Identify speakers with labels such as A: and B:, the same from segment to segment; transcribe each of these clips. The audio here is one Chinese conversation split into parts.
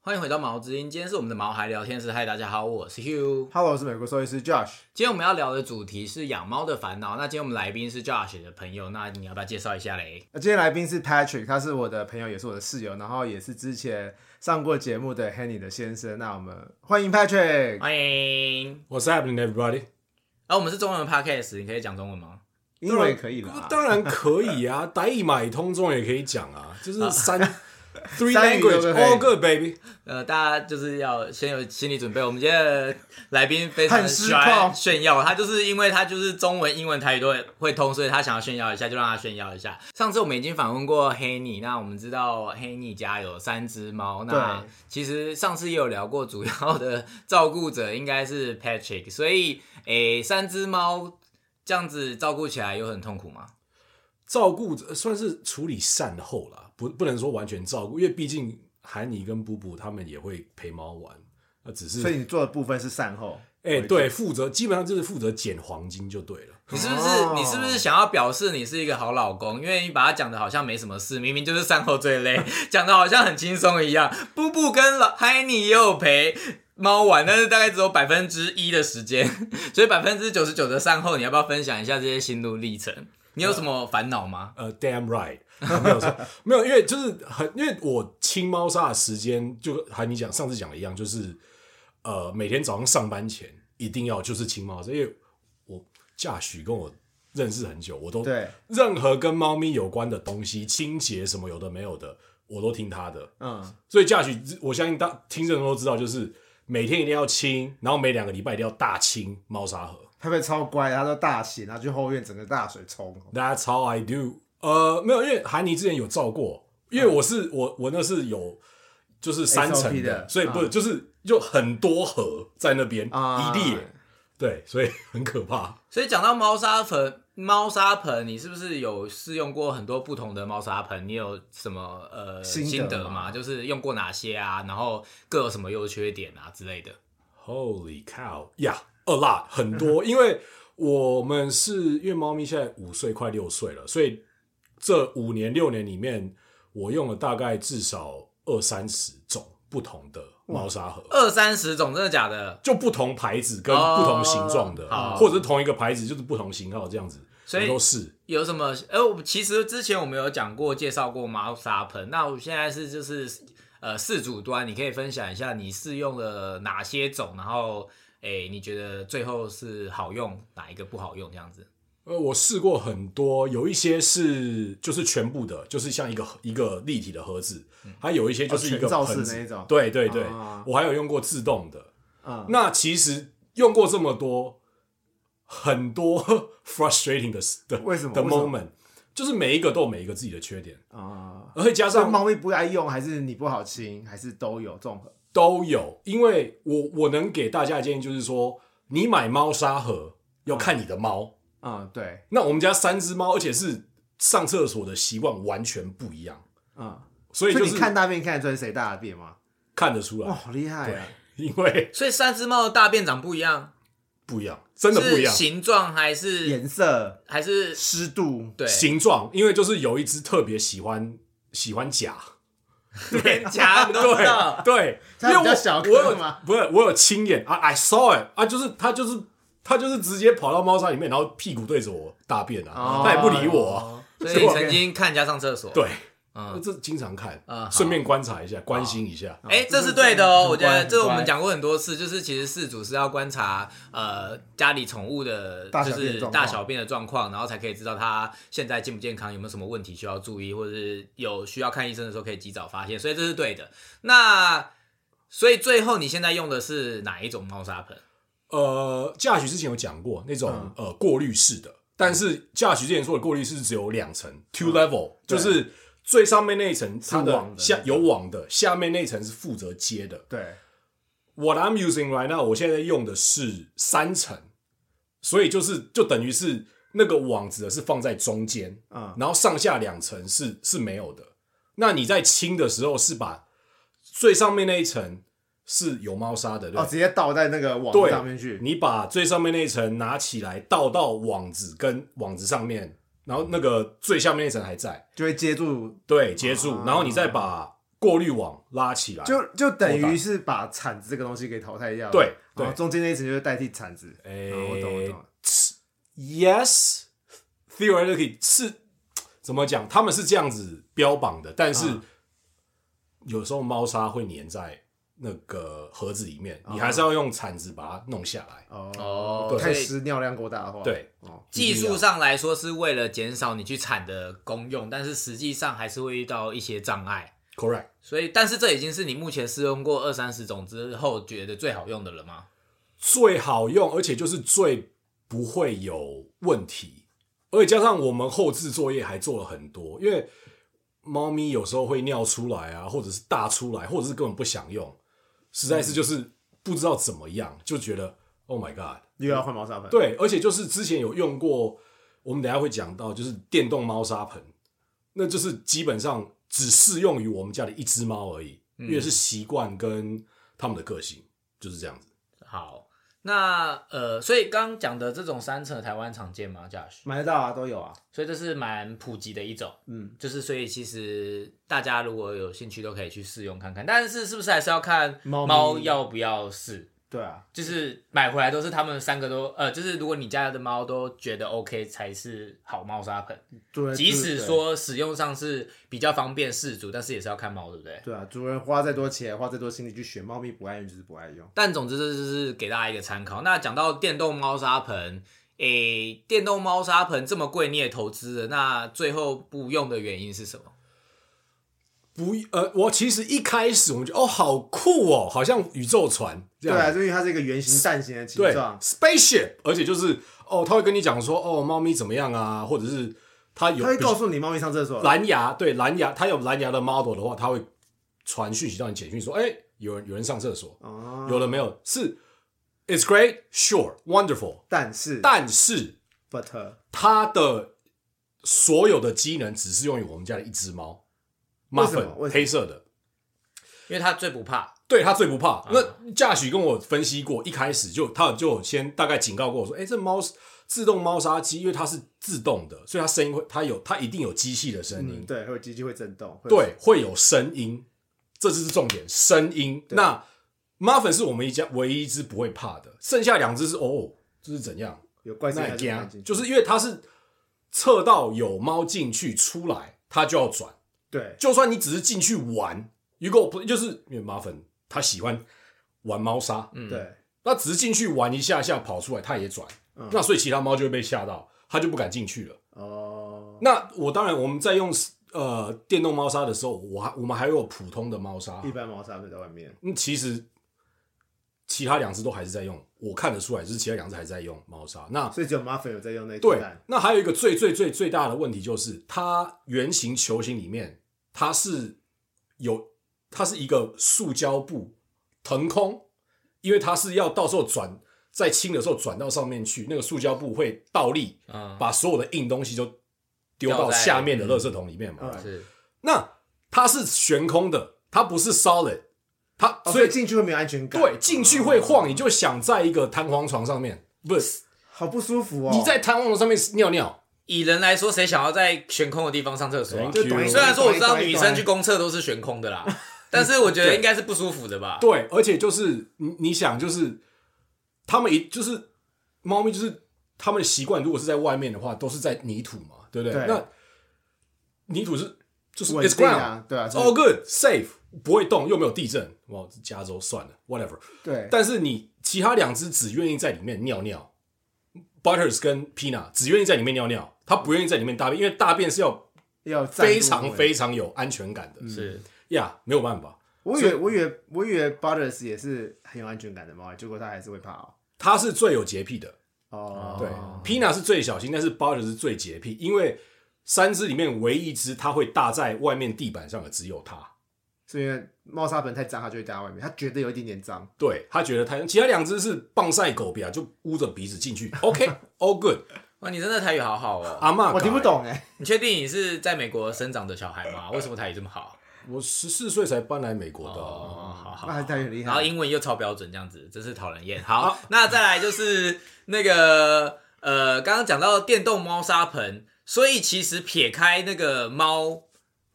A: 欢迎回到毛之音，今天是我们的毛孩聊天室。嗨，大家好，我是 Hugh。
B: Hello，我是美国兽医师 Josh。
A: 今天我们要聊的主题是养猫的烦恼。那今天我们来宾是 Josh 的朋友，那你要不要介绍一下嘞？
B: 那今天来宾是 Patrick，他是我的朋友，也是我的室友，然后也是之前上过节目的 Henny 的先生。那我们欢迎 Patrick。
C: 哎
A: 欢迎。
C: What's happening, everybody？
A: 啊，我们是中文的 Podcast，你可以讲中文吗？
B: 英文也可以啦
C: 啦， 当然可 以啊，台语买通中也可以讲啊，就是三 three
B: 三语都
C: language
B: 可以
C: all good baby。
A: 呃，大家就是要先有心理准备。我们今天的来宾非常
B: 很失
A: 喜欢
B: 控
A: 炫耀，他就是因为他就是中文、英文、台语都会会通，所以他想要炫耀一下，就让他炫耀一下。上次我们已经访问过黑尼，那我们知道黑尼家有三只猫，那
B: 对
A: 其实上次也有聊过，主要的照顾者应该是 Patrick，所以诶、三只猫这样子照顾起来有很痛苦吗？
C: 照顾呃算是处理善后啦，不不能说完全照顾，因为毕竟韩妮跟布布他们也会陪猫玩，那只是
B: 所以你做的部分是善后。
C: 哎、对，负责基本上就是负责捡黄金就对了。
A: 你是不是、
B: 哦
A: 你是不是想要表示你是一个好老公？因为你把它讲的好像没什么事，明明就是善后最累，讲的好像很轻松一样。布布跟老嗨你也有陪猫玩，但是大概只有百分之一的时间，所以百分之九十九的善后，你要不要分享一下这些心路历程？你有什么烦恼吗？
C: 呃，damn right，没啊有错，没有，因为就是很，因为我清猫砂的时间就和你讲上次讲的一样，就是呃，每天早上上班前一定要就是清猫砂，因为我嫁许跟我认识很久，我都
B: 对
C: 任何跟猫咪有关的东西，清洁什么有的没有的，我都听他的，
B: 嗯，
C: 所以嫁许我相信大听众都知道，就是每天一定要清，然后每两个礼拜一定要大清猫砂盒。
B: 他被超乖，他都大洗，然后去后院整个大水冲。
C: That's how I do。呃，没有，因为韩尼之前有照过，因为我是、我我那是有就是三层
B: SOP
C: 的，
B: 的
C: 所以不、是就是就很多盒在那边、
B: 啊
C: 一列，对，所以很可怕。
A: 所以讲到猫砂盆，猫砂盆，你是不是有试用过很多不同的猫砂盆？你有什么呃
B: 心得
A: 得吗？
B: 吗
A: 就是用过哪些啊？然后各有什么优缺点啊之类的？
C: Holy cow！呀、yeah,，a lot 很多，因为我们是因为猫咪现在五岁快六岁了，所以这五年六年里面，我用了大概至少二三十种不同的猫砂盒。
A: 二三十种，真的假的？
C: 就不同牌子跟不同形状的，
A: 哦好
C: 或者是同一个牌子就是不同型号这样子，
A: 所以
C: 我都是
A: 有什么？呃，我其实之前我们有讲过介绍过猫砂盆，那我现在是就是呃四主端，你可以分享一下你试用了哪些种，然后诶、你觉得最后是好用哪一个不好用这样子？
C: 呃，我试过很多，有一些是就是全部的，就是像一个一个立体的盒子，还有一些就是一
B: 嗯哦
C: 个
B: 全罩式
C: 盆子
B: 那一种
C: 对对对，
B: 啊
C: 我还有用过自动的。
B: 嗯
C: 那其实用过这么多，很多 frustrating 的的
B: 为什么
C: 的
B: 为什么
C: moment，就是每一个都有每一个自己的缺点，
B: 啊，
C: 而且加
B: 是
C: 上
B: 猫咪不爱用，还是你不好清，还是都有综合？
C: 都有，因为我我能给大家的建议就是说，你买猫砂盒要看你的猫。
B: 嗯，对，
C: 那我们家三只猫，而且是上厕所的习惯完全不一样，
B: 嗯，
C: 所以
B: 所
C: 就
B: 以
C: 是
B: 你看大便看得出来谁大的便吗？
C: 看得出
B: 哇，
C: 来，
B: 好厉害啊！
C: 因为
A: 所以三只猫的大便长不一样，
C: 不一样，真的不一样
A: 是。形状还是
B: 颜色、
A: 还是
B: 湿度，
A: 对
C: 形状，因为就是有一只特别喜欢喜欢假，
A: 脸颊你都知道
C: 对。对，因
B: 它比
C: 为
B: 较
C: 我
B: 小
C: 我有
B: 颗吗
C: 不是我有亲眼啊，I saw it 啊，就是它就是它就是直接跑到猫砂里面，然后屁股对着我大便啊
B: 哦，
C: 它也不理我啊，
A: 所以你曾经看人家上厕所，
C: 对，呃
A: 嗯
C: 这经常看
A: 嗯好，
C: 顺便观察一下，关心一下。
A: 哎、这是对的哦。
B: 很
A: 我觉得
B: 乖
A: 这我们
B: 很乖
A: 讲过很多次，就是其实饲主是要观察呃家里宠物的，
B: 大
A: 就
B: 小便
A: 是
B: 状况
A: 大小便的状况，然后才可以知道它现在健不健康，有没有什么问题需要注意，或者是有需要看医生的时候可以及早发现。所以这是对的。那所以最后你现在用的是哪一种猫砂盆？
C: 呃，驾许之前有讲过那
A: 嗯
C: 种呃过滤式的，但是驾许之前说的过滤式只有两层，two
A: 嗯
C: level，就是最上面那一层它
B: 是
C: 的
B: 网的
C: 下
B: 那
C: 有
B: 种
C: 网的，下面那一层是负责接的。
B: 对，
C: What I'm using right now，我现在用的是三层，所以就是就等于是那个网指的是放在中间，
B: 嗯
C: 然后上下两层是是没有的。那你在清的时候是把最上面那一层是有猫砂的，对
B: 哦，
C: 吧？
B: 直接倒在那个网
C: 对，
B: 上面去，
C: 你把最上面那一层拿起来倒到网子跟网子上面，然后那个最下面那层还在，
B: 就会接住
C: 对，接住，
B: 啊
C: 然后你再把过滤网拉起来，
B: 就就等于是把铲子这个东西给淘汰掉了。
C: 对对
B: 然后中间那一层就是代替铲子。
C: 哎，
B: 哦我懂我懂。
C: Yes, theoretically 是怎么讲？他们是这样子标榜的，但是
B: 嗯
C: 有时候猫砂会粘在那个盒子里面，你还是要用铲子把它弄下来。
B: 哦
A: 哦，
B: 太
A: 所以
B: 湿尿量过大的话，
C: 对，
B: 哦，
A: 技术上来说是为了减少你去铲的功用，但是实际上还是会遇到一些障碍。
C: Correct，
A: 所以，但是这已经是你目前试用过二三十种之后觉得最好用的了吗？
C: 最好用，而且就是最不会有问题。而且加上我们后置作业还做了很多，因为猫咪有时候会尿出来啊，或者是大出来，或者是根本不想用，实在是就是不知道怎么样，就觉得 Oh my God，
B: 又要换猫砂盆。，
C: 对，而且就是之前有用过，我们等一下会讲到，就是电动猫砂盆，那就是基本上只适用于我们家的一只猫而已，
B: 嗯
C: 因为是习惯跟它们的个性就是这样子。
A: 好，那呃，所以刚刚讲的这种三层台湾常见吗，Josh？
B: 买得到啊，都有啊。
A: 所以这是蛮普及的一种，
B: 嗯，
A: 就是所以其实大家如果有兴趣都可以去试用看看，但是是不是还是要看
B: 猫咪
A: 猫要不要试？
B: 对啊，
A: 就是买回来都是他们三个都呃，就是如果你家的猫都觉得 OK 才是好猫砂盆，
B: 呃对，
A: 即使
B: 对
A: 说使用上是比较方便饲主，但是也是要看猫，对不对？
B: 对啊，主人花再多钱，花再多心力去选，猫咪不爱用就是不爱用。
A: 但总之这就是给大家一个参考。那讲到电动猫砂盆，诶、电动猫砂盆这么贵你也投资了，那最后不用的原因是什么？
C: 不，呃，我其实一开始我们就哦，好酷哦，好像宇宙船这
B: 对
C: 样。
B: 啊，就因为它是一个圆形蛋形的啊形
C: 对
B: 状，
C: ，spaceship，而且就是哦，他会跟你讲说哦，猫咪怎么样啊，或者是它有
B: 它会告诉你猫咪上厕所了。
C: 蓝牙，对蓝牙，它有蓝牙的 model 的话，它会传讯息到你简讯说，哎、有人有人上厕所，
B: 哦，
C: 有了没有？是 It's great, sure, wonderful，
B: 但是
C: 但是
B: but 呃
C: 它的所有的机能只适用于我们家的一只猫，
B: 为
C: 马
B: 什么
C: 粉
B: 为什么
C: 黑色的，
A: 因为它最不怕，
C: 对它最不怕。
B: 啊
C: 那驾许跟我分析过，一开始就他就有先大概警告过我说，哎、这猫自动猫砂机，因为它是自动的，所以它声音会，它有它一定有机器的声音，
B: 嗯，对，会有机器会震动，会有
C: 对，会有声音，这就是重点，声音。那 Muffin 是我们一家唯一一只不会怕的，剩下两只是哦，这是怎样？
B: 有怪声
C: 那
B: 还
C: 也
B: 是
C: 惊啊
B: 环境，
C: 就是因为它是测到有猫进去出来，它就要转。
B: 对
C: 就算你只是进去玩，如果不就是因为 Muffin 他喜欢玩猫砂，嗯，
B: 对，
C: 那只是进去玩一下下跑出来，它也转，
B: 嗯
C: 那所以其他猫就会被吓到，它就不敢进去了。
B: 哦，
C: 那我当然，我们在用呃电动猫砂的时候，我还我们还有普通的猫砂
B: 一，般猫砂盆在外面，
C: 嗯，其实其他两只都还是在用，我看得出来，就是其他两只还是在用猫砂。那
B: 所以只有马粉有在用那一
C: 对
B: 蛋，，
C: 那还有一个最最最最大的问题就是，它圆形球形里面它是有它是一个塑胶布腾空，因为它是要到时候转在清的时候转到上面去，那个塑胶布会倒立，
A: 嗯，
C: 把所有的硬东西都丢
A: 掉
C: 到
A: 在
C: 下面的垃圾桶里面嘛。
B: 嗯
A: 是
C: 那它是悬空的，它不是 solid，它
B: 哦
C: 所
B: 所以
C: 以
B: 进去会没有安全感，哦
C: 对进去会晃，你就想在一个弹簧床上面，不是
B: 好不舒服哦。
C: 你在弹簧床上面尿尿，
A: 以人来说，谁想要在悬空的地方上厕所、啊
C: Thank？
B: 就懂
C: you
B: 一
A: 虽然说我知道
B: 懂一
A: 女
B: 懂
A: 生去公厕都是悬空的 啦，但是我觉得应该是不舒服的吧。
C: 对，而且就是你你想就是他们一就是猫咪就是他们的习惯，如果是在外面的话，都是在泥土嘛，对不对？
B: 对
C: 那泥土是就是
B: 稳
C: it's 哦
B: 定
C: ground，it's
B: 啊，对啊，
C: all good safe，不会动，又没有地震，哇，加州算了，whatever。
B: 对，
C: 但是你其他两只只愿意在里面尿尿，Butters 跟 Pina 只愿意在里面尿尿，它不愿意在里面大便，因为大便是要
B: 要站
C: 非
B: 住
C: 常
B: 稳
C: 非常有安全感的。
B: 嗯
A: 是
C: 呀没有办法，
B: 我以为我以为我以为 Butters 也是很有安全感的猫，结果它还是会怕哦。
C: 它是最有洁癖的。
B: 哦，
C: 对、p i n a 是最小心，但是 Butters 是最洁癖，因为三只里面唯一一只它会搭在外面地板上的只有它。
B: 所以猫砂盆太脏，它就会待在外面，它觉得有一点点脏。
C: 对它觉得它，其他两只是棒晒狗比啊，就捂着鼻子进去。OK，all good。
A: 哇，你真的台语好好哦。
C: 阿妈，
B: 我听不。懂哎，
A: 你确定你是在美国生长的小孩吗？为什么台语这么好？
C: 我十四岁才搬来美国的、啊
A: 哦，好好
B: 那。还是它很厉
A: 然后
B: 害。
A: 英文又超标准，这样子真是讨人厌。好，那再来就是那个呃，刚刚讲到电动猫砂盆，所以其实撇开那个猫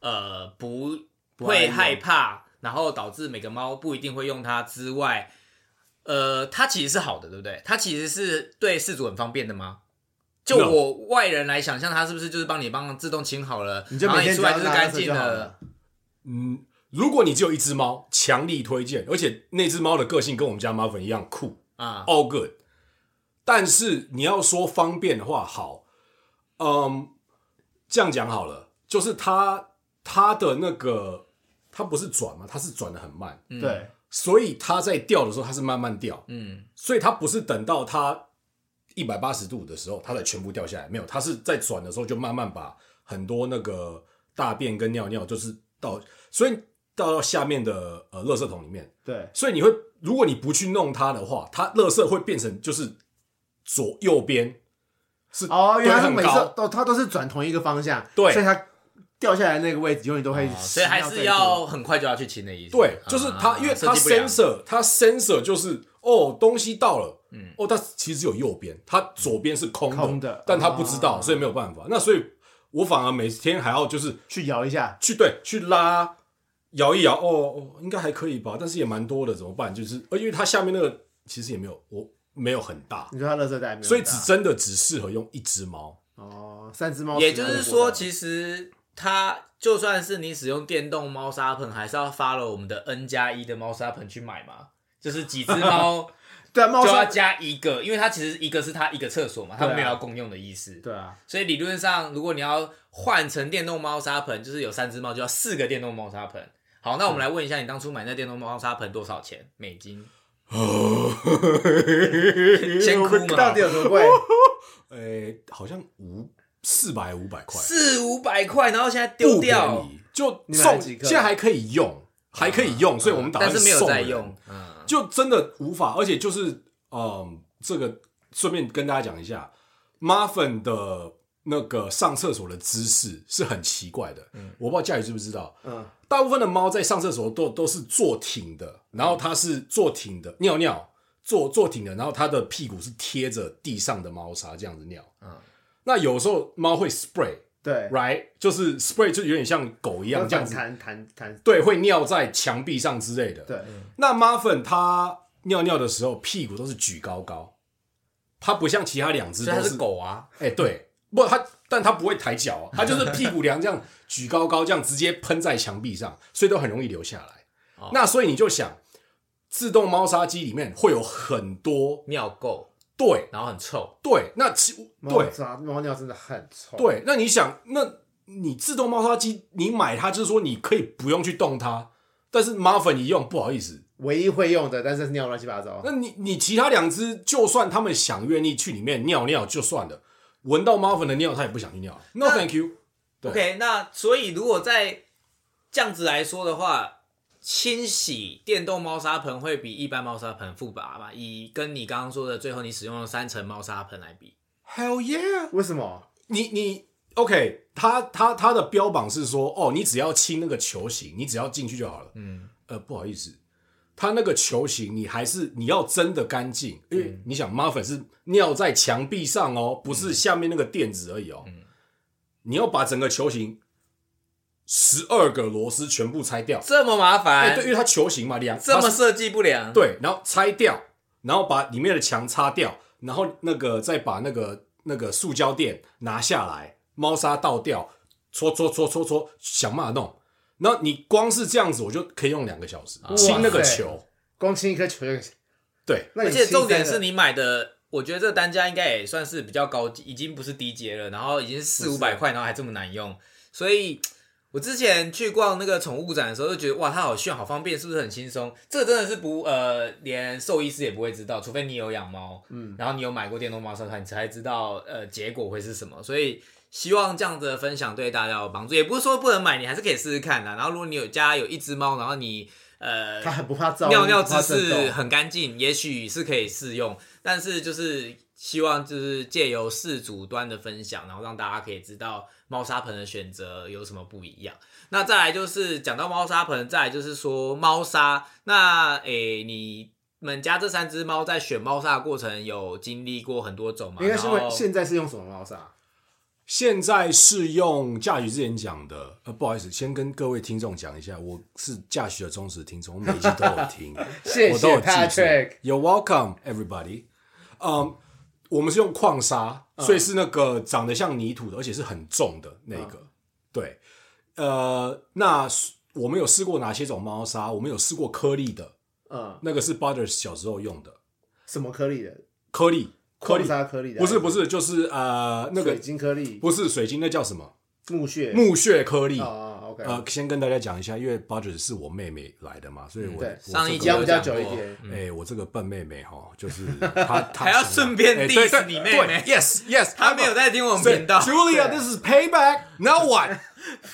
A: 呃不
B: 不爱
A: 会
B: 用
A: 害怕，然后导致每个猫不一定会用它之外，呃，它其实是好的，对不对？它其实是对饲主很方便的吗？就
C: No
A: 我外人来想象，它是不是就是帮你帮自动清好了，
B: 你就
A: 然后
B: 每
A: 你
B: 天
A: 出
B: 只
A: 来
B: 要
A: 就是
B: 拉
A: 干
B: 垃圾
A: 净
B: 就好
A: 的
B: 了。。
C: 嗯，如果你只有一只猫，强力推荐，而且那只猫的个性跟我们家 Marvin 一样酷
A: 啊？
C: ，all good。但是你要说方便的话，好，嗯，这样讲好了，就是它它的那个它不是转嘛，它是转的很慢，
B: 对，
C: 所以它在掉的时候它是慢慢掉，
A: 嗯，
C: 所以它不是等到它一百八十度的时候，它才全部掉下来，没有，它是在转的时候就慢慢把很多那个大便跟尿尿就是到，所以倒到下面的呃垃圾桶里面。
B: 对，
C: 所以你会，如果你不去弄它的话，它垃圾会变成就是左右边是
B: 哦，原来他
C: 堆很
B: 每次
C: 高，
B: 都他都是转同一个方向，
C: 对
B: 所以他掉下来那个位置永远都会
A: 哦，所以还
B: 吃
A: 是
B: 掉最多
A: 要很快就要去清的意思。
C: 对，就是它，
A: 啊
C: 因为
A: 设
C: 它
A: 计不良
C: sensor，它 sensor 就是哦东西到了，嗯，哦，它其实只有右边，它左边是空
B: 空的
C: 但它不知道，
B: 哦
C: 所以没有办法。那所以，我反而每天还要就是
B: 去摇一下，
C: 去对去拉摇一摇，哦，哦应该还可以吧，但是也蛮多的，怎么办？就是，呃，因为它下面那个其实也没有，我没有很大，
B: 你说他垃圾袋没有
C: 所以
B: 大
C: 只真的只适合用一只猫。
B: 哦，三只猫，
A: 也就是说，
B: 实
A: 其实它就算是你使用电动猫砂盆，还是要 follow 我们的 N 加一的猫砂盆去买嘛。就是几只 猫
B: 对啊，猫
A: 就要
B: 砂
A: 加一个，因为它其实一个是它一个厕所嘛，它
B: 对啊
A: 没有要共用的意思。
B: 对啊，
A: 所以理论上，如果你要换成电动猫砂盆，就是有三只猫就要四个电动猫砂盆。好，
C: 嗯
A: 那我们来问一下，你当初买那电动猫砂盆多少钱？美金？先哭嘛
B: 到底有多贵？
C: 诶、好像五四百五百块，
A: 四五百块，然后现在
C: 不
A: 丢掉
C: 便，宜，就
B: 你买了
C: 送，
B: 几个啊
C: 现在还可以用，还可以用，所以我们打算
A: 但是没有
C: 送
A: 在
C: 人
A: 用，，嗯。
C: 就真的无法，而且就是嗯，这个顺便跟大家讲一下，Muffin 的那个上厕所的姿势是很奇怪的，
A: 嗯
C: 我不知道佳宇知不知道，
B: 嗯，
C: 大部分的猫在上厕所都都是坐挺的，然后它是坐挺的尿尿，坐坐挺的，然后它的屁股是贴着地上的猫砂这样子尿。
A: 嗯
C: 那有时候猫会 spray，right，
B: 对，
C: 就是 spray 就有点像狗一样这样子，
B: 弹弹弹，
C: 对，会尿在墙壁上之类的。
B: 对，
A: 嗯
C: 那 Muffin 它尿尿的时候屁股都是举高高，它不像其他两只
A: 所以它
C: 都
A: 是，狗啊，
C: 哎、对，不它，但它不会抬脚、啊，它就是屁股梁这样举高高，这样直接喷在墙壁上，所以都很容易流下来。
A: 哦
C: 那所以你就想，自动猫砂机里面会有很多
A: 尿垢，
C: 对
A: 然后很臭，
C: 对，那其
B: 猫
C: 对
B: 砂猫尿真的很臭，，
C: 对，那你想，那你自动猫砂机你买它就是说你可以不用去动它，但是 Muffin 一用不好意思，
B: 唯一会用的，但是尿乱七八糟，
C: 那你你其他两只，就算他们想愿意去里面尿尿就算了，闻到猫粉的尿，他也不想去尿。No thank you。对
A: OK，那所以如果在这样子来说的话，清洗电动猫砂盆会比一般猫砂盆复杂吧？以跟你刚刚说的最后你使用的三层猫砂盆来比，
C: Hell yeah！
B: 为什么？
C: 你你 OK？他他他的标榜是说，哦，你只要清那个球形，你只要进去就好了。
A: 嗯，
C: 呃，不好意思，他那个球形，你还是你要真的干净，
A: 嗯
C: 因为你想猫粉是尿在墙壁上哦，不是下面那个垫子而已哦。
A: 嗯
C: 你要把整个球形十二个螺丝全部拆掉。
A: 这么麻
C: 哎、
A: 烦，
C: 对，因为它球形嘛，两
A: 这
C: 它
A: 么
C: 是
A: 设计不良，，
C: 对，然后拆掉，然后把里面的墙擦掉，然后那个再把那个那个塑胶垫拿下来，猫砂倒掉，搓搓搓搓搓，想办法弄。然后你光是这样子，我就可以用两个小时
A: 哇
C: 清那个
B: 塞
C: 球。
B: 光清一颗球就，
C: 对，
B: 那
A: 而
B: 你
A: 且重点
B: 清
A: 是
B: 三个
A: 你买的。我觉得这单价应该也算是比较高级，已经不是低阶了，然后已经四五百块，然后还这么难用，所以我之前去逛那个宠物展的时候，就觉得哇，它好炫，好方便，是不是很轻松？这个真的是不呃，连兽医师也不会知道，除非你有养猫，嗯，然后你有买过电动猫砂盆，你才知道呃结果会是什么。所以希望这样子的分享对大家有帮助，也不是说不能买，你还是可以试试看啊啦。然后如果你有家有一只猫，然后你呃
B: 它很不怕噪音，
A: 尿尿
B: 不怕
A: 姿
B: 震
A: 势
B: 动
A: 很干净，也许是可以试用，但是就是希望就是借由事主端的分享，然后让大家可以知道猫砂盆的选择有什么不一样。那再来就是讲到猫砂盆，再来就是说猫砂，那诶、你们家这三只猫在选猫砂的过程有经历过很多种吗？
B: 应该是
A: 然
B: 会
A: 后
B: 现在是用什么猫砂？
C: 现在是用驾许之前讲的，呃，不好意思，先跟各位听众讲一下，我是驾许的忠实听众，我每一集都有听，
B: 谢谢
C: 我都有记住
B: Patrick。
C: You're welcome, everybody. 嗯、我们是用矿砂，
B: 嗯
C: 所以是那个长得像泥土的，而且是很重的那个。
B: 嗯
C: 对，呃，那我们有试过哪些种猫砂？我们有试过颗粒的，
B: 嗯，
C: 那个是 Butters 小时候用的
B: 什么颗粒的？
C: 颗粒，颗粒
B: 矿砂颗粒的？
C: 不是不是，就是呃那个
B: 水晶颗粒、
C: 不是水晶，那叫什么？
B: 木屑、
C: 木屑颗粒。
B: 啊啊，OK，
C: 呃，先跟大家讲一下，因为 Butters 是我妹妹来的嘛，所以我
B: 对
C: 我这
A: 上一
C: 个
A: 集有
B: 讲比较
A: 讲
B: 久一
A: 过
B: 点
A: 嗯
C: 哎、我这个笨妹妹哈， 就是她，她
A: 还要
C: 想
A: 顺便
C: 哎
A: diss
C: 对对
A: 你妹妹
C: 对，yes yes，
A: 他没有在听我们频道。
C: Julia，this is payback，now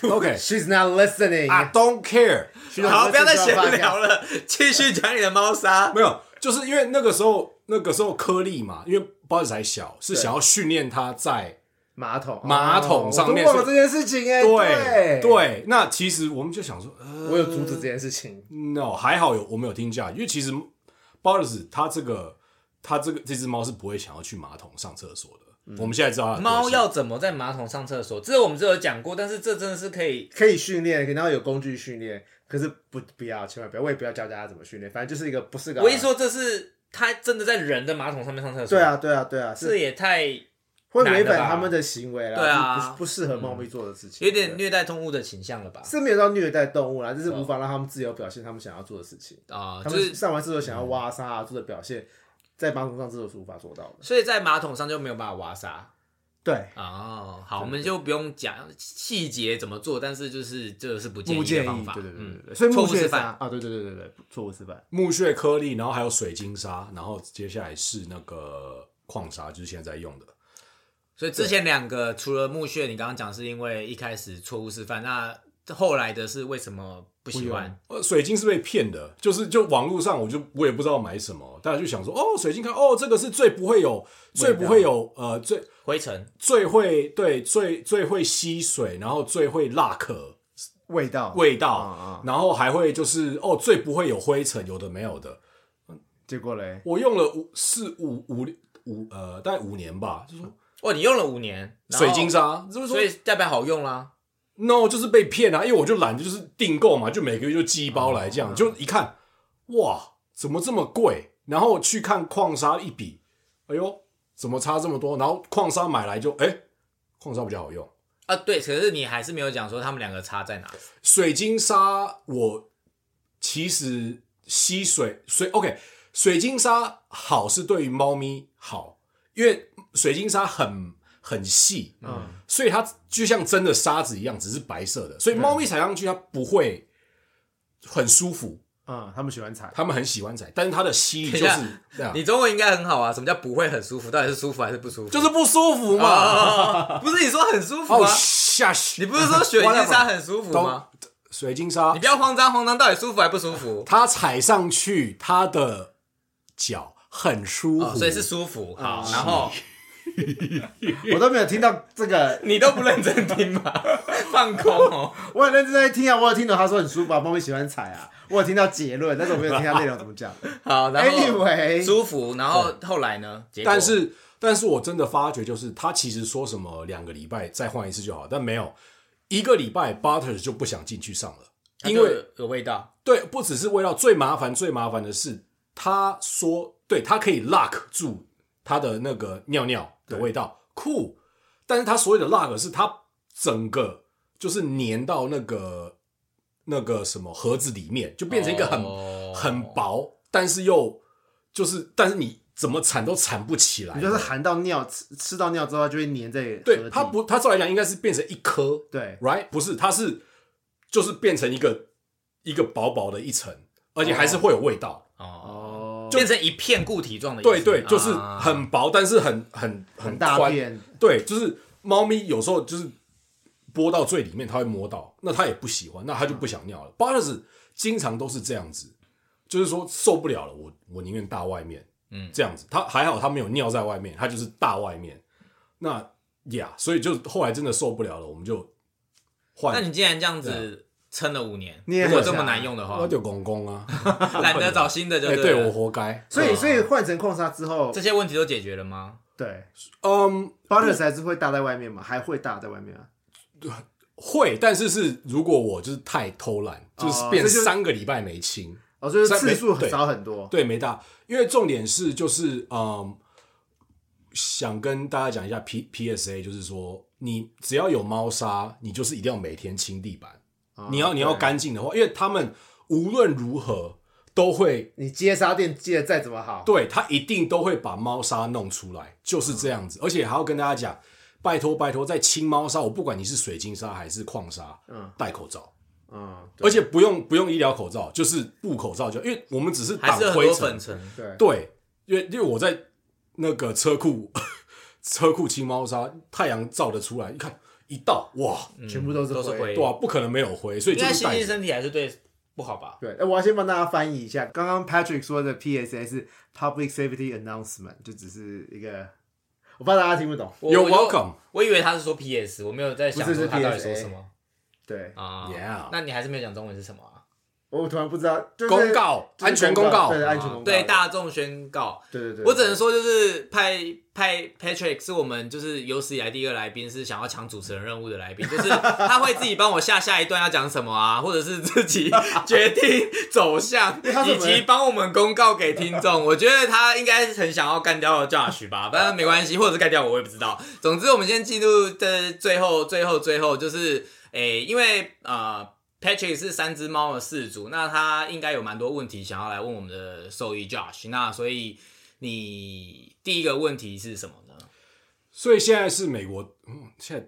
C: what？OK，I、
B: She's not listening。
C: don't care。
A: 好，不要再闲聊了，继续讲你的猫砂。
C: 没有，就是因为那个时候，那个时候颗粒嘛，因为包子还小，是想要训练他在
B: 马桶，
C: 马桶上面
B: 哦我都忘了这件事情哎。
C: 对
B: 对，
C: 对。那其实我们就想说，呃，
B: 我有阻止这件事情。
C: no，还好有我们有听价，因为其实 b o r s 它这个它这个这只猫是不会想要去马桶上厕所的。我们现在知道它的
A: 嗯猫
C: 个性
A: 要怎么在马桶上厕所？这我们之前有讲过，但是这真的是可以。
B: 可以训练，然后有工具训练，可是不不要，千万不要，我也不要教大家怎么训练，反正就是一个不是个。
A: 我一，说这是它真的在人的马桶上面上厕所，
B: 啊对，啊，对啊，对啊，
A: 这
B: 是
A: 也太
B: 会违
A: 难
B: 反
A: 的吧
B: 他们的行为啦，
A: 对啊
B: 是不不适合猫咪做的事情，
A: 有点
B: 对
A: 虐待动物的倾向了吧？
B: 是没有到虐待动物啦，就是
A: 哦
B: 无法让他们自由表现他们想要做的事情，
A: 啊，
B: 他
A: 就
B: 们
A: 是
B: 上完厕所想要挖沙啊做的表现，在马桶上厕所是无法做到的。
A: 所以在马桶上就没有办法挖沙。
B: 对，
A: 哦，好，我们就不用讲细节怎么做，但是就是这个是不建
B: 不
A: 议的
B: 建
A: 方
B: 议，
A: 法，
B: 对对对对
A: 嗯
B: 对，所以
A: 错
B: 木
A: 误示
B: 屑
A: 范
B: 沙啊，对对对对对，错误示范，
C: 木屑颗粒，然后还有水晶沙，然后接下来是那个矿砂，就是现在在用的。
A: 所以之前两个除了墓穴，你刚刚讲是因为一开始错误示范，那后来的是为什么不喜欢？
C: 呃，水晶是被骗的，就是就网络上我就我也不知道买什么，大家就想说哦，水晶看哦，这个是最不会有最不会有呃最
A: 灰尘
C: 最会对最最会吸水，然后最会蜡壳
B: 味道
C: 味
B: 啊
C: 道，然后还会就是哦最不会有灰尘，有的没有的。
B: 结果嘞，
C: 我用了五四五五五呃大概五年吧，就说
A: 哦，你用了五年然后
C: 水晶沙，就是说
A: 所以代表好用啦。
C: no 就是被骗啊，因为我就懒得就是订购嘛，就每个月就寄一包来
A: 嗯
C: 这样，就一看，哇，怎么这么贵？然后去看矿砂一比，哎呦，怎么差这么多？然后矿砂买来就哎，矿砂比较好用，
A: 啊，对，可是你还是没有讲说他们两个差在哪。
C: 水晶砂我其实吸水水 OK，水晶砂好是对于猫咪好，因为水晶砂很很细，
B: 嗯，
C: 所以它就像真的沙子一样，只是白色的，
A: 嗯
C: 所以猫咪踩上去它不会很舒服，
B: 嗯，他们喜欢踩，
C: 它们很喜欢踩，但是它的吸力就
A: 等一
C: 是
A: 下
C: 这样，
A: 你中文应该很好啊，什么叫不会很舒服？到底是舒服还是不舒服？
C: 就是不舒服嘛。
A: 啊，不是你说很舒服
C: 哦
A: 啊？
C: 下，
A: 你不是说水晶沙
C: Whatever
A: 很舒服吗？
C: 水晶沙
A: 你不要慌张慌张，到底舒服还不舒服？
C: 它踩上去，它的脚很舒服，
A: 哦，所以是舒服。好，
B: 啊
A: 然后
B: 我都没有听到这个，
A: 你都不认真听 吗？放空哦。
B: 我很认真在听啊，我有听懂他说很舒服啊，猫咪喜欢踩啊，我有听到结论，但是我没有听到内容怎么讲。
A: 好， 然后
B: Anyway
A: 舒服，然后后来呢？结果
C: 但是，但是我真的发觉，就是他其实说什么两个礼拜再换一次就好，但没有一个礼拜，Butter 就不想进去上了，
A: 它就
C: 因为
A: 有味道，
C: 对，不只是味道，最麻烦最麻烦的是，他说对他可以 lock 住他的那个尿尿的味道，酷，但是他所谓的 lock 是他整个就是粘到那个那个什么盒子里面，就变成一个很、
A: 哦
C: 很薄，但是又就是但是你怎么铲都铲不起来
B: 你，就是含到尿，吃吃到尿之后它就会粘在盒
C: 对
B: 子
C: 它不，它照来讲应该是变成一颗
B: 对
C: ，right？不是，它是就是变成一个一个薄薄的一层，而且还是会有味道。
A: 哦，
B: 哦，
A: 变成一片固体状的意思。
C: 对对，就是
A: 啊
C: 很薄，但是很很
B: 很
C: 很
B: 大
C: 宽。
B: 便，
C: 对，就是猫咪有时候就是拨到最里面，它会摸到，那它也不喜欢，那它就不想尿了。巴勒斯经常都是这样子，就是说受不了了，我我宁愿大外面，
A: 嗯
C: 这样子。它还好，它没有尿在外面，它就是大外面。那呀所以就后来真的受不了了，我们就换。
A: 那你既然这样子撑了五年，
B: 啊你也
A: 如果
B: 很
A: 这么
B: 强啊
A: 难用的话
C: 我，就公公啊，
A: 懒得找新的就
C: 哎，
A: 对啊
C: 对
A: 了
C: 我活该。
B: 所以所以换成矿砂之后
A: 这，些问题都解决了吗？
B: 对
C: 嗯，
B: ，bonus 还是会搭在外面嘛，还会搭在外面啊。
C: 会，但是是如果我就是太偷懒，就是
B: 哦
C: 变
B: 这就
C: 三个礼拜没清，
B: 哦，就是
C: 在
B: 次数
C: 对
B: 少很多。
C: 对，没大，因为重点是就是嗯，想跟大家讲一下 P P S A，就是说你只要有猫砂，你就是一定要每天清地板，
B: 哦
A: 啊
C: 你要你要
B: 对
C: 干净的话，因为他们无论如何都会，
B: 你接沙店接的再怎么好，
C: 对他一定都会把猫砂弄出来，就是这样子，而且还要跟大家讲。拜托拜托，在清猫砂，我不管你是水晶砂还是矿砂，
B: 嗯
C: 戴口罩，
B: 嗯，对
C: 而且不用不用医疗口罩，就是布口罩就，因为我们只是
A: 还
C: 挡
A: 是很
C: 灰
A: 多
C: 尘
A: 粉，尘。
B: 对
C: 对，因为因为我在那个车库 车库清猫砂，太阳照得出来，一看一到哇，
A: 嗯
B: 全部都是
A: 都是
B: 灰
A: 灰
C: 对啊，不可能没有灰，所以
A: 应
C: 就
A: 该
C: 是
A: 吸
C: 戴
A: 进
C: 着。
A: 身体还是对不好吧？
B: 对，哎我要先帮大家翻译一下，刚刚 Patrick 说的 PSA 是 Public Safety Announcement，就只是一个，我怕大家听不懂。
A: 我
C: You're
A: 我就
C: welcome
A: 我以为他是说 PS，我没有在想
B: 不是
A: 说
B: 是哎
A: 他到底
B: PSA
A: 说什么
B: 对，
A: 啊。
C: Yeah
A: 那你还是没有讲中文是什么啊？
B: 我突然不知道，就是
C: 公告
B: 就是
C: 安全
B: 公
C: 公告
B: 对安啊全公告，
A: 对大众宣告，
B: 对对对，
A: 我只能说就是派派 Patrick 是我们就是有史以来第一个来宾是想要抢主持人任务的来宾，就是他会自己帮我下下一段要讲什么啊，或者是自己决定走向
B: 为他，是
A: 以
B: 我们
A: 及帮我们公告给听众。我觉得他应该是很想要干掉 Josh 吧，反正没关系，或者是干掉我，我也不知道。总之，我们先进入的最后最后最后就是诶、因为呃。Patrick 是三只猫的饲主，那他应该有蛮多问题想要来问我们的兽医 Josh。那所以你第一个问题是什么呢？
C: 所以现在是美国，嗯，现在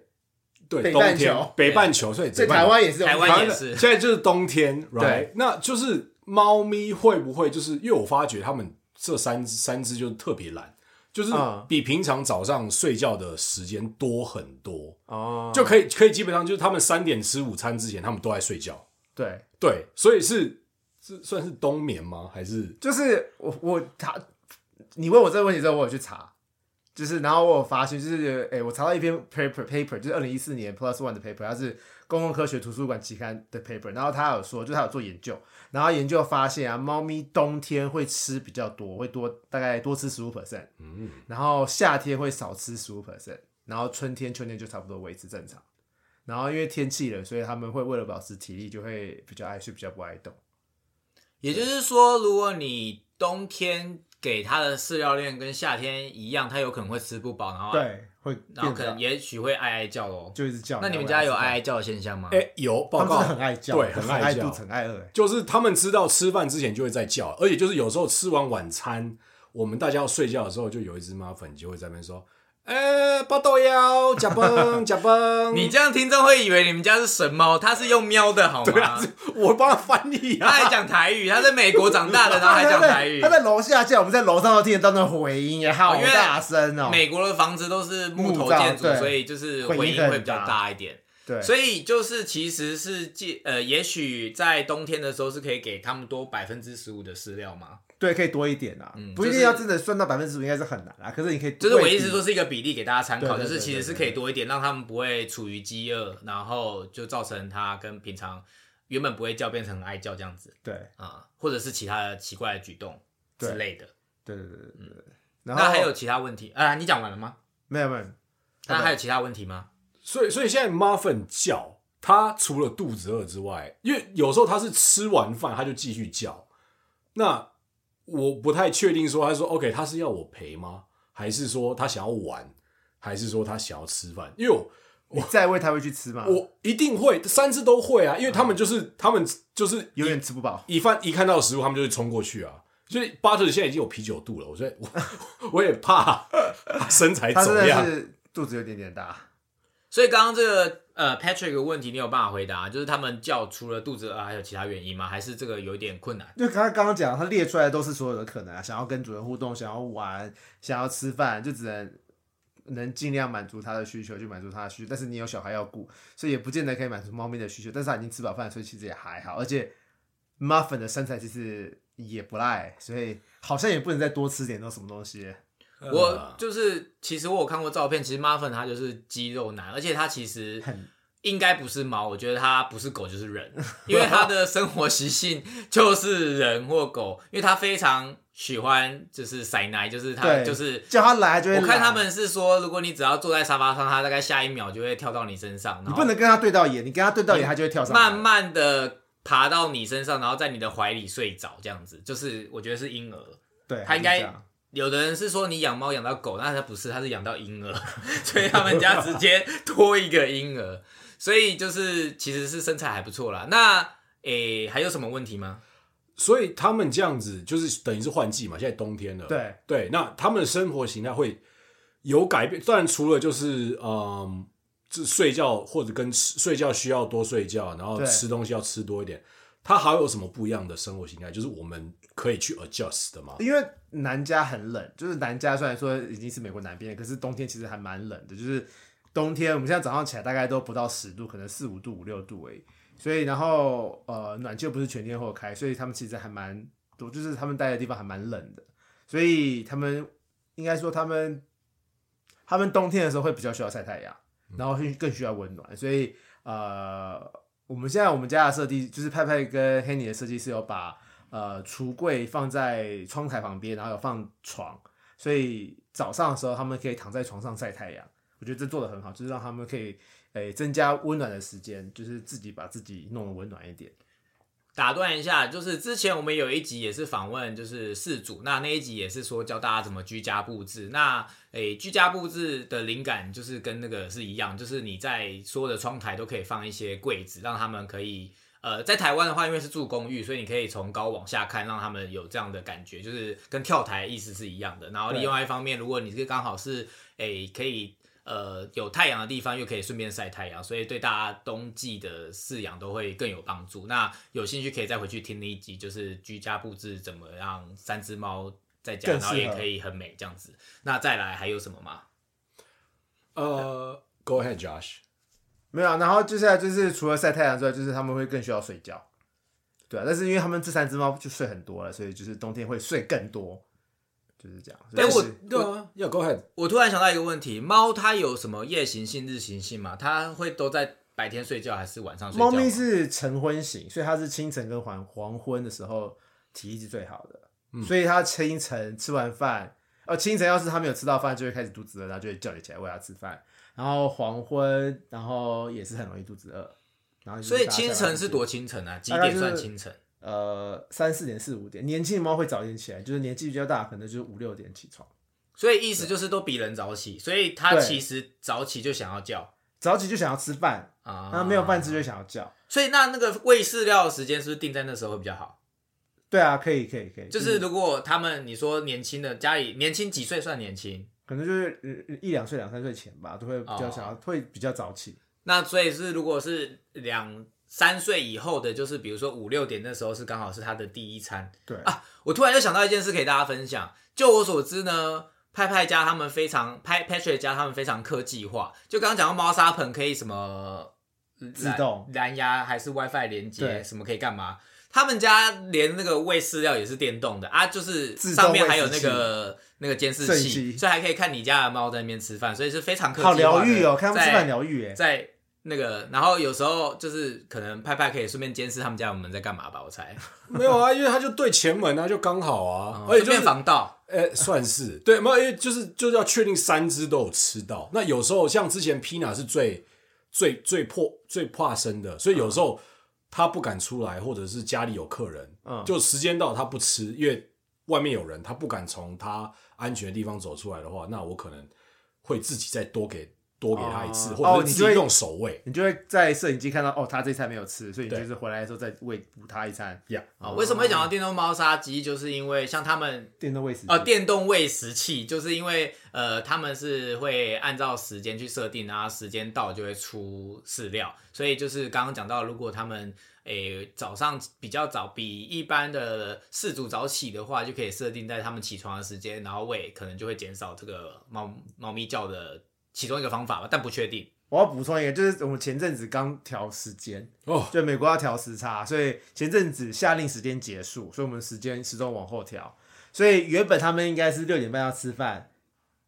C: 对
B: 北
C: 冬
B: 半
C: 天
B: 球
C: 北半球，所以
B: 在
C: 北半
B: 台湾也是有
A: 台湾
C: 台湾
A: 也
C: 的
A: 是
C: 现在就是冬天，right？
B: 对
C: 那就是猫咪会不会就是因为我发觉它们这三只三只就特别懒，就是
B: 嗯
C: 比平常早上睡觉的时间多很多。
B: 哦，
C: 就可以可以基本上就是他们三点吃午餐之前，他们都在睡觉。
B: 对，
C: 对，所以是是算是冬眠吗？还是
B: 就是我我他，你问我这个问题之后，我有去查，就是然后我有发现，就是哎诶、我查到一篇 paper paper，就是二零一四年 Plus One 的 paper，它是公共科学图书馆期刊的 paper，然后他有说，就是他有做研究，然后研究发现啊，猫咪冬天会吃比较多，会多大概多吃十五 percent，
C: 嗯，
B: 然后夏天会少吃十五 percent，然后春天秋天就差不多维持正常。然后因为天气冷，所以他们会为了保持体力，就会比较爱睡，比较不爱动。
A: 也就是说，如果你冬天给它的饲料链跟夏天一样，它有可能会吃不饱，然后，
B: 对，会
A: 啊然后
B: 变
A: 可
B: 得
A: 能也许会哀哀叫哦。
B: 就一直叫。
A: 那你们
B: 然
A: 家
B: 后
A: 有
B: 我
A: 哀
B: 爱
A: 哀叫的现象吗？
C: 哎、有
B: 吃
C: 报
B: 饭？他们真的
C: 告
B: 很爱叫，
C: 对，
B: 很
C: 很爱
B: 肚
C: 叫
B: 子，，很爱饿。欸
C: 就是他们知道吃饭之前就会在叫，而且就是有时候吃完晚餐，我们大家要睡觉的时候，就有一只猫粉就会在那边说。哎、欸，报豆腰，假崩，假 崩。
A: 你这样听众会以为你们家是神猫，它是用喵的 好吗？
C: 对啊，这我帮他翻译
A: 他
C: 啊。
A: 还讲台语，他在美国长大的，然后还讲台语
B: 他。在楼下叫，我们在楼上都听得到那回音，也好
A: 哦因为
B: 大声哦。
A: 美国的房子都是木头
B: 木造
A: 建筑
B: 对，
A: 所以就是
B: 回
A: 回
B: 音
A: 音
B: 很
A: 会比较
B: 大
A: 大一点。
B: 对，
A: 所以就是其实是借呃，也许在冬天的时候是可以给他们多百分之十五的饲料嘛，
B: 对，可以多一点啊，
A: 嗯
B: 不一定
A: 就是
B: 要真的算到百分之五，应该是很难啊。可是你可以，
A: 就是我意思说，是一个比例给大家参考，
B: 对对
A: 就
B: 对
A: 是其实是可以多一点，让他们不会处于饥饿，然后就造成它跟平常原本不会叫变成很爱叫这样子
B: 对
A: 啊、或者是其他的奇怪的举动
B: 对
A: 之类的。
B: 对对对对对。然
A: 嗯
B: 后
A: 那还有其他问题啊、你讲完了吗？
B: 没有没有，
A: 那还有其他问题吗？
C: 所以，所以现在 muffin 叫，它除了肚子饿之外，因为有时候它是吃完饭它就继续叫。那我不太确定说，他说 OK，他是要我陪吗？还是说他想要玩？还是说他想要吃饭？因为我
B: 你再喂它会去吃吗？
C: 我一定会三只都会啊，因为他们就是、
B: 嗯
C: 他们就是
B: 永远吃不饱。
C: 一饭一看到食物，他们就会冲过去啊。所以巴特现在已经有啤酒肚了，我所以我我 也怕他身材
B: 它
C: 怎
B: 真
C: 么
B: 的
C: 样。
B: 是肚子有点点大。
A: 所以刚刚这个呃 Patrick 的问题，你有办法回答？就是他们叫除了肚子饿，还有其他原因吗？还是这个有点困难？
B: 就刚刚刚刚讲，他列出来的都是所有的可能啊，想要跟主人互动，想要玩，想要吃饭，就只能能尽量满足他的需求，就满足他的需求。但是你有小孩要顾，所以也不见得可以满足猫咪的需求。但是它已经吃饱饭，所以其实也还好。而且 muffin 的身材其实也不赖，所以好像也不能再多吃点那什么东西。
C: 嗯
A: 我就是其实我有看过照片，其实 Muffin 他就是肌肉男，而且他其实
B: 很
A: 应该不是猫，我觉得它不是狗就是人， 因为它的生活习性就是人或狗，因为它非常喜欢就是塞奶，就是它
B: 对，
A: 就是。
B: 叫他来就会
A: 我
B: 来。
A: 看他，们是说，如果你只要坐在沙发上，它大概下一秒就会跳到你身上，然
B: 你
A: 后
B: 不能跟他对到眼，你跟他对到眼，他就会跳上
A: 嗯
B: 来。
A: 慢慢的爬到你身上，然后在你的怀里睡着，这样子，就是我觉得是婴儿。
B: 对，
A: 他应
B: 是
A: 该
B: 这样
A: 有的人是说你养猫养到狗，但他不是，他是养到婴儿， 所以他们家直接多一个婴儿，所以就是其实是身材还不错啦。那诶、还有什么问题吗？
C: 所以他们这样子就是等于是换季嘛，现在冬天了，
B: 对
C: 对，那他们的生活形态会有改变，当然除了就是嗯，就睡觉或者跟吃睡觉需要多睡觉，然后
B: 对
C: 吃东西要吃多一点，它还有什么不一样的生活形态？就是我们可以去 adjust 的吗？
B: 因为南加很冷，就是南加虽然说已经是美国南边，可是冬天其实还蛮冷的，就是冬天我们现在早上起来大概都不到十度，可能四五度、五六度而已。所以然后呃，暖气又不是全天候开，所以他们其实还蛮多，就是他们待的地方还蛮冷的，所以他们应该说他们他们冬天的时候会比较需要晒太阳，然后更需要温暖，所以呃，我们现在我们家的设计就是派派跟黑尼的设计是有把呃橱柜放在窗台旁边，然后有放床，所以早上的时候他们可以躺在床上晒太阳，我觉得这做的很好，就是让他们可以诶、增加温暖的时间，就是自己把自己弄得温暖一点。
A: 打断一下，就是之前我们有一集也是访问，就是事主，那那一集也是说教大家怎么居家布置。那诶、居家布置的灵感就是跟那个是一样，就是你在所有的窗台都可以放一些柜子，让他们可以。呃，在台湾的话，因为是住公寓，所以你可以从高往下看，让他们有这样的感觉，就是跟跳台意思是一样的。然后
B: 对
A: 另外一方面，如果你是刚好是诶、可以呃有太阳的地方，又可以顺便晒太阳，所以对大家冬季的饲养都会更有帮助。那有兴趣可以再回去听那一集，就是居家布置怎么让三只猫在家，
B: 更
A: 然后
B: 适
A: 也
B: 合
A: 可以很美这样子。那再来还有什么吗？
C: 呃，Go ahead, Josh。
B: 没有啊，然后接下来就是除了晒太阳之外，就是他们会更需要睡觉，对啊。但是因为他们这三只猫就睡很多了，所以就是冬天会睡更多，就是这样。
A: 哎
B: 所以
A: 我
B: 是
C: 对啊，要 Go ahead。
A: 我突然想到一个问题：猫它有什么夜行性、日行性吗？它会都在白天睡觉还是晚上睡觉
B: 猫
A: 吗？
B: 咪是晨昏型，所以它是清晨跟黄黄昏的时候体力是最好的，
A: 嗯
B: 所以它清晨吃完饭，呃，清晨要是它没有吃到饭，就会开始肚子饿，然后就会叫你起来喂它吃饭。然后黄昏，然后也是很容易肚子饿，然后就是
A: 所以
B: 大家
A: 清
B: 下班
A: 晨是
B: 时间
A: 多清晨啊？几
B: 大概
A: 点
B: 就是
A: 算清晨？
B: 呃三四点四五点，年轻的猫会早一点起来，就是年纪比较大，可能就是五六点起床。
A: 所以意思就是都比人早起，所以它
B: 对
A: 其实早起就想要叫
B: 早起就想要吃饭，
A: 啊，
B: 那没有饭吃。就想要叫。
A: 所以那那个喂饲料的时间是不是定在那时候会比较好？
B: 对啊，可以可以可嗯以，
A: 就是如果他们你说年轻的家里年轻几岁算年轻？
B: 可能就是呃一两岁、两三岁前吧，都会比较
A: 哦
B: 想要，会比较早起。
A: 那所以是如果是两三岁以后的，就是比如说五六点那时候是刚好是他的第一餐，
B: 对
A: 啊，我突然又想到一件事，可以大家分享。就我所知呢，派派家他们非常派 Patrick 家他们非常科技化。就刚刚讲到猫砂盆可以什么
B: 自动
A: 蓝蓝牙还是 WiFi 连接，
B: 对
A: 什么可以干嘛？他们家连那个喂饲料也是电动的啊，就是
B: 自动
A: 上面
B: 喂
A: 还有
B: 食
A: 那
B: 器
A: 个那个监视
B: 摄影
A: 器，
B: 机
A: 所以还可以看你家的猫在那边吃饭，所以是非常科技化
B: 好
A: 的。
B: 疗愈哦，看他们吃
A: 在
B: 饭疗愈哎。
A: 在那个，然后有时候就是可能派派可以顺便监视他们家我们在干嘛吧，我猜，
C: 没有啊，因为他就对前门啊，就刚好
B: 哦
C: 啊，而
A: 顺
C: 且就是
A: 便防盗。
C: 呃、算是对，没有，因为就是就是要确定三只都有吃到。那有时候像之前 Pina 是最最最破最怕生的，所以有时候他不敢出来，或者是家里有客人，
B: 嗯
C: 就时间到他不吃，因为外面有人，他不敢从他安全的地方走出来的话，那我可能会自己再多给多给他一次，
B: 哦
C: 或者
B: 哦
C: 是
B: 你
C: 自
B: 就
C: 己
B: 会
C: 用手喂。
B: 你就会在摄影机看到哦，它这餐没有吃，所以你
C: 对
B: 就是回来的时候再喂补它一餐。哦
C: 呀、
A: 啊，为什么会讲到电动猫砂机？就是因为像他们
B: 哦电动喂食
A: 呃
B: 器
A: 电动喂食器，就是因为呃他们是会按照时间去设定，然后时间到就会出饲料，所以就是刚刚讲到，如果他们诶、早上比较早，比一般的饲主早起的话，就可以设定在他们起床的时间，然后喂，可能就会减少这个猫猫咪叫的其中一个方法吧，但不确定。
B: 我要补充一个，就是我们前阵子刚调时间，
C: 哦，
B: 就美国要调时差，所以前阵子下令时间结束，所以我们时间始终往后调。所以原本他们应该是六点半要吃饭，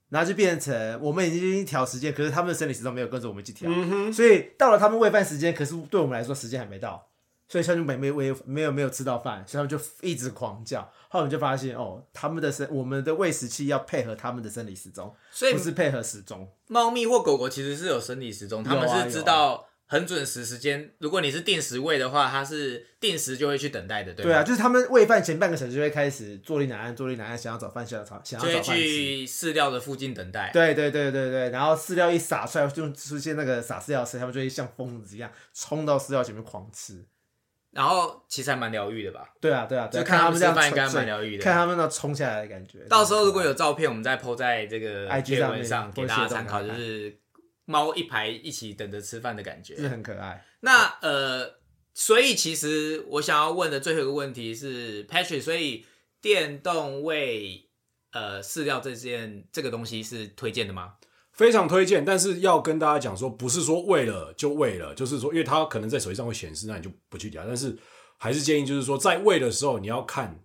B: 然后就变成我们已经调时间，可是他们的生理时钟没有跟着我们一起调，
C: 嗯哼，
B: 所以到了他们喂饭时间，可是对我们来说时间还没到，所以他就没没喂没有没有吃到饭，所以他们就一直狂叫。后来我们就发现哦，他们的生我们的喂食器要配合他们的生理时钟，
A: 所以
B: 不是配合时钟。
A: 猫咪或狗狗其实是有生理时钟，它们
B: 有啊
A: 是知道很准时时间。如果你是定时喂的话，它是定时就会去等待的，对
B: 对啊，
A: 吧？
B: 就是他们喂饭前半个小时就会开始坐立难安，坐立难安，想要找饭，想要找想要
A: 就
B: 找
A: 会
B: 饭吃。
A: 去饲料的附近等待。
B: 对对对对对，然后饲料一撒出来，就出现那个撒饲料声，他们就会像疯子一样冲到饲料前面狂吃。
A: 然后其实还蛮疗愈的吧。
B: 对啊对啊，对啊，
A: 就看他
B: 他
A: 们
B: 们这样
A: 吃饭应该
B: 冲
A: 蛮疗愈的
B: 看他们那冲下来的感觉。
A: 到时候如果有照片，我们再 PO 在这个
B: IG
A: 贴
B: 上面
A: 文上给
B: 或者
A: 大家
B: 写动
A: 参考，
B: 态
A: 就是猫一排一起等着吃饭的感
B: 是
A: 觉。
B: 很可爱。
A: 那呃，所以其实我想要问的最后一个问题是，Patrick，所以电动喂呃饲料这件这个东西是推荐的吗？
C: 非常推荐，但是要跟大家讲说，不是说为了就为了，就是说，因为它可能在手机上会显示，那你就不去理它。但是还是建议，就是说，在喂的时候，你要看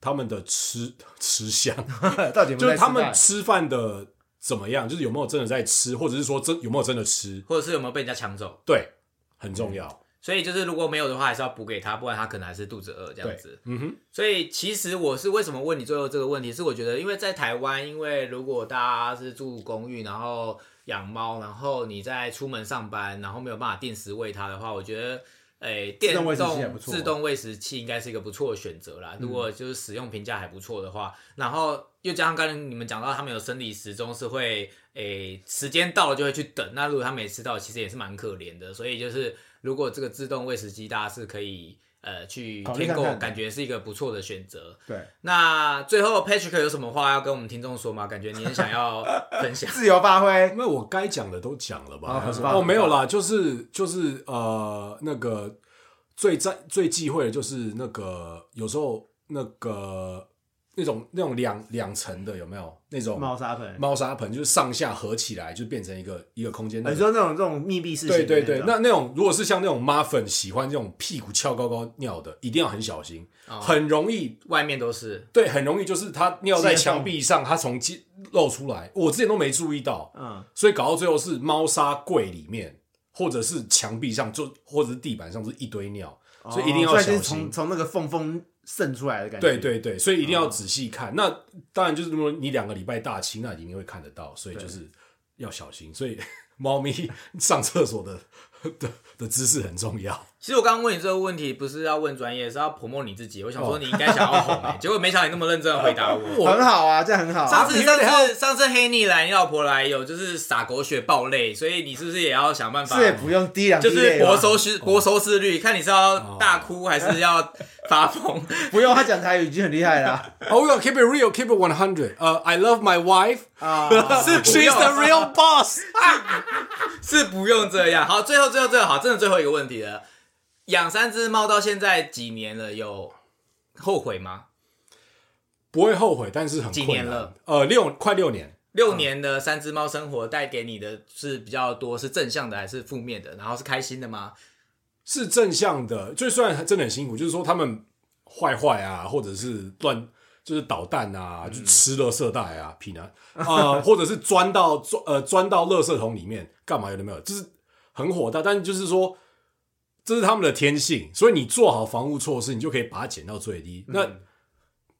C: 他们的吃吃相，
B: 到底有没
C: 就
B: 有在
C: 是他
B: 吃
C: 们
B: 饭
C: 吃饭的怎么样，就是有没有真的在吃，或者是说真有没有真的吃，
A: 或者是有没有被人家抢走。
C: 对，很重要。
A: 所以就是如果没有的话，还是要补给他，不然他可能还是肚子饿这样子。
C: 嗯哼，
A: 所以其实我是为什么问你最后这个问题，是我觉得因为在台湾，因为如果大家是住公寓，然后养猫，然后你在出门上班，然后没有办法定时喂它的话，我觉得。诶，电
B: 动
A: 动
B: 喂食器也不错啊
A: 自动喂食器应该是一个不错的选择
B: 嗯
A: 啦。如果就是使用评价还不错的话，然后又加上刚才你们讲到他们有生理时钟是会诶、时间到了就会去等，那如果他没吃到，其实也是蛮可怜的。所以就是如果这个自动喂食机大家是可以呃去
B: 考虑
A: 添
B: 看
A: 购，
B: 看的
A: 感觉是一个不错的选择。
B: 对
A: 那最后 Patrick 有什么话要跟我们听众说吗？感觉你很想要分 享。
B: 自由发挥
C: 因，为我该讲的都讲了吧？
B: 啊
C: 还是
B: 很棒
C: 哦，没有啦，就是就是呃，那个最在最忌讳的就是那个有时候那个那种那种两两层的有没有那种
B: 猫砂盆。
C: 猫砂盆，就是上下合起来就变成一个一个空间。那
B: 哦你
C: 个
B: 说那种这种密闭式型的
C: 对对对，
B: 种
C: 那那种如果是像那种妈粉喜欢这种屁股翘高高尿的，一定要很小心，
A: 哦
C: 很容易
A: 外面都是，
C: 对，很容易就是它尿在
B: 接缝
C: 墙壁上，它从接露出来，我之前都没注意到，
B: 嗯，
C: 所以搞到最后是猫砂柜里面，或者是墙壁上，就或者是地板上是一堆尿，所以一定
B: 哦
C: 要小
B: 就是
C: 心
B: 从。从那个缝缝渗出来的感觉。
C: 对哎对嗯对，所以一定要仔细看。那当然就是，如果你两个礼拜大清，那一定会看得到，所以就是要小心。所以 猫咪上厕所的 的的姿势很重要。
A: 其实我刚刚问你这个问题，不是要问专业，是要泼墨你自己。我
B: 哦
A: 想说你应该想要红、欸，结果没想到你那么认真地回答 我。
B: 很好啊，这样很好啊。
A: 上次上次上次黑你来，你老婆来有就是洒狗血爆泪，所以你是不是也要想办法？
B: 是也不用低两滴
A: 就
B: 泪
A: 是
B: 吧哦
A: 博收视博收视率，看你是要大哭还是要发疯。
B: 不用他讲台语已经很厉害 啦。
C: Oh yeah, keep it real, keep it one hundred. 呃、i love my wife.
B: 啊，
C: She's the real boss.
A: 是不用这样。好，最后最后最后好，真的最后一个问题了。养三只猫到现在几年了，有后悔吗？
C: 不会后悔，但是很
A: 几
C: 困
A: 年
C: 难
A: 了？
C: 呃，六快六年。
A: 六年的三只猫生活带给你的是比较多，是正向的还是负面的？然后是开心的吗？
C: 是正向的，就虽然真的很辛苦，就是说他们坏坏啊，或者是乱，就是捣蛋啊，就吃垃圾袋啊，皮囊啊，呃或者是钻到钻呃钻到垃圾桶里面干嘛有的没有，就是很火大，但是就是说这是他们的天性，所以你做好防护措施，你就可以把它减到最低。那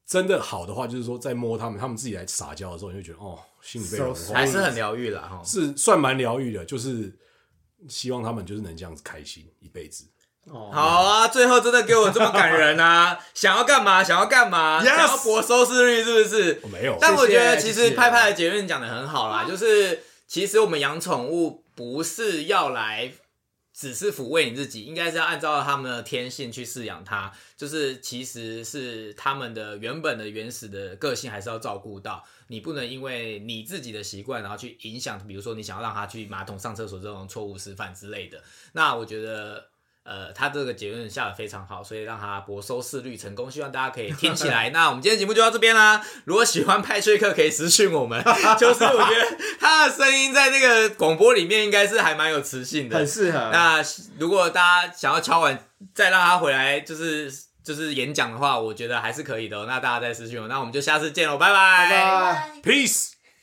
C: 真的好的话，就是说在摸他们，他们自己来撒娇的时候，你就觉得哦，心里被融
B: So
C: 化，
A: 还是很疗愈啦。哈。
C: 是算蛮疗愈的，就是希望他们就是能这样子开心一辈子。
B: 好，
A: 好啊，最后真的给我这么感人啊！ 想要干嘛？想要干嘛
B: Yes！哦
A: 想要博收视率是不是
C: 我？没有，
A: 但我觉得其
B: 谢谢
A: 实
B: 谢谢
A: 派派的结论讲的很好啦，就是其实我们养宠物不是要来只是抚慰你自己，应该是要按照他们的天性去饲养它，就是其实是他们的原本的原始的个性还是要照顾到，你不能因为你自己的习惯然后去影响，比如说你想要让它去马桶上厕所这种错误示范之类的。那我觉得。呃，他这个结论下的非常好，所以让他博收视率成功，希望大家可以听起来。 那我们今天节目就到这边啦。如果喜欢派瑞克，可以私讯我 们。就是我觉得他的声音在那个广播里面应该是还蛮有磁性的，
B: 很适合。
A: 那如果大家想要敲完再让他回来，就是就是演讲的话，我觉得还是可以的哦、那大家再私讯我，那我们就下次见喽，拜拜
B: 拜
D: 拜。
B: 拜。
C: Peace。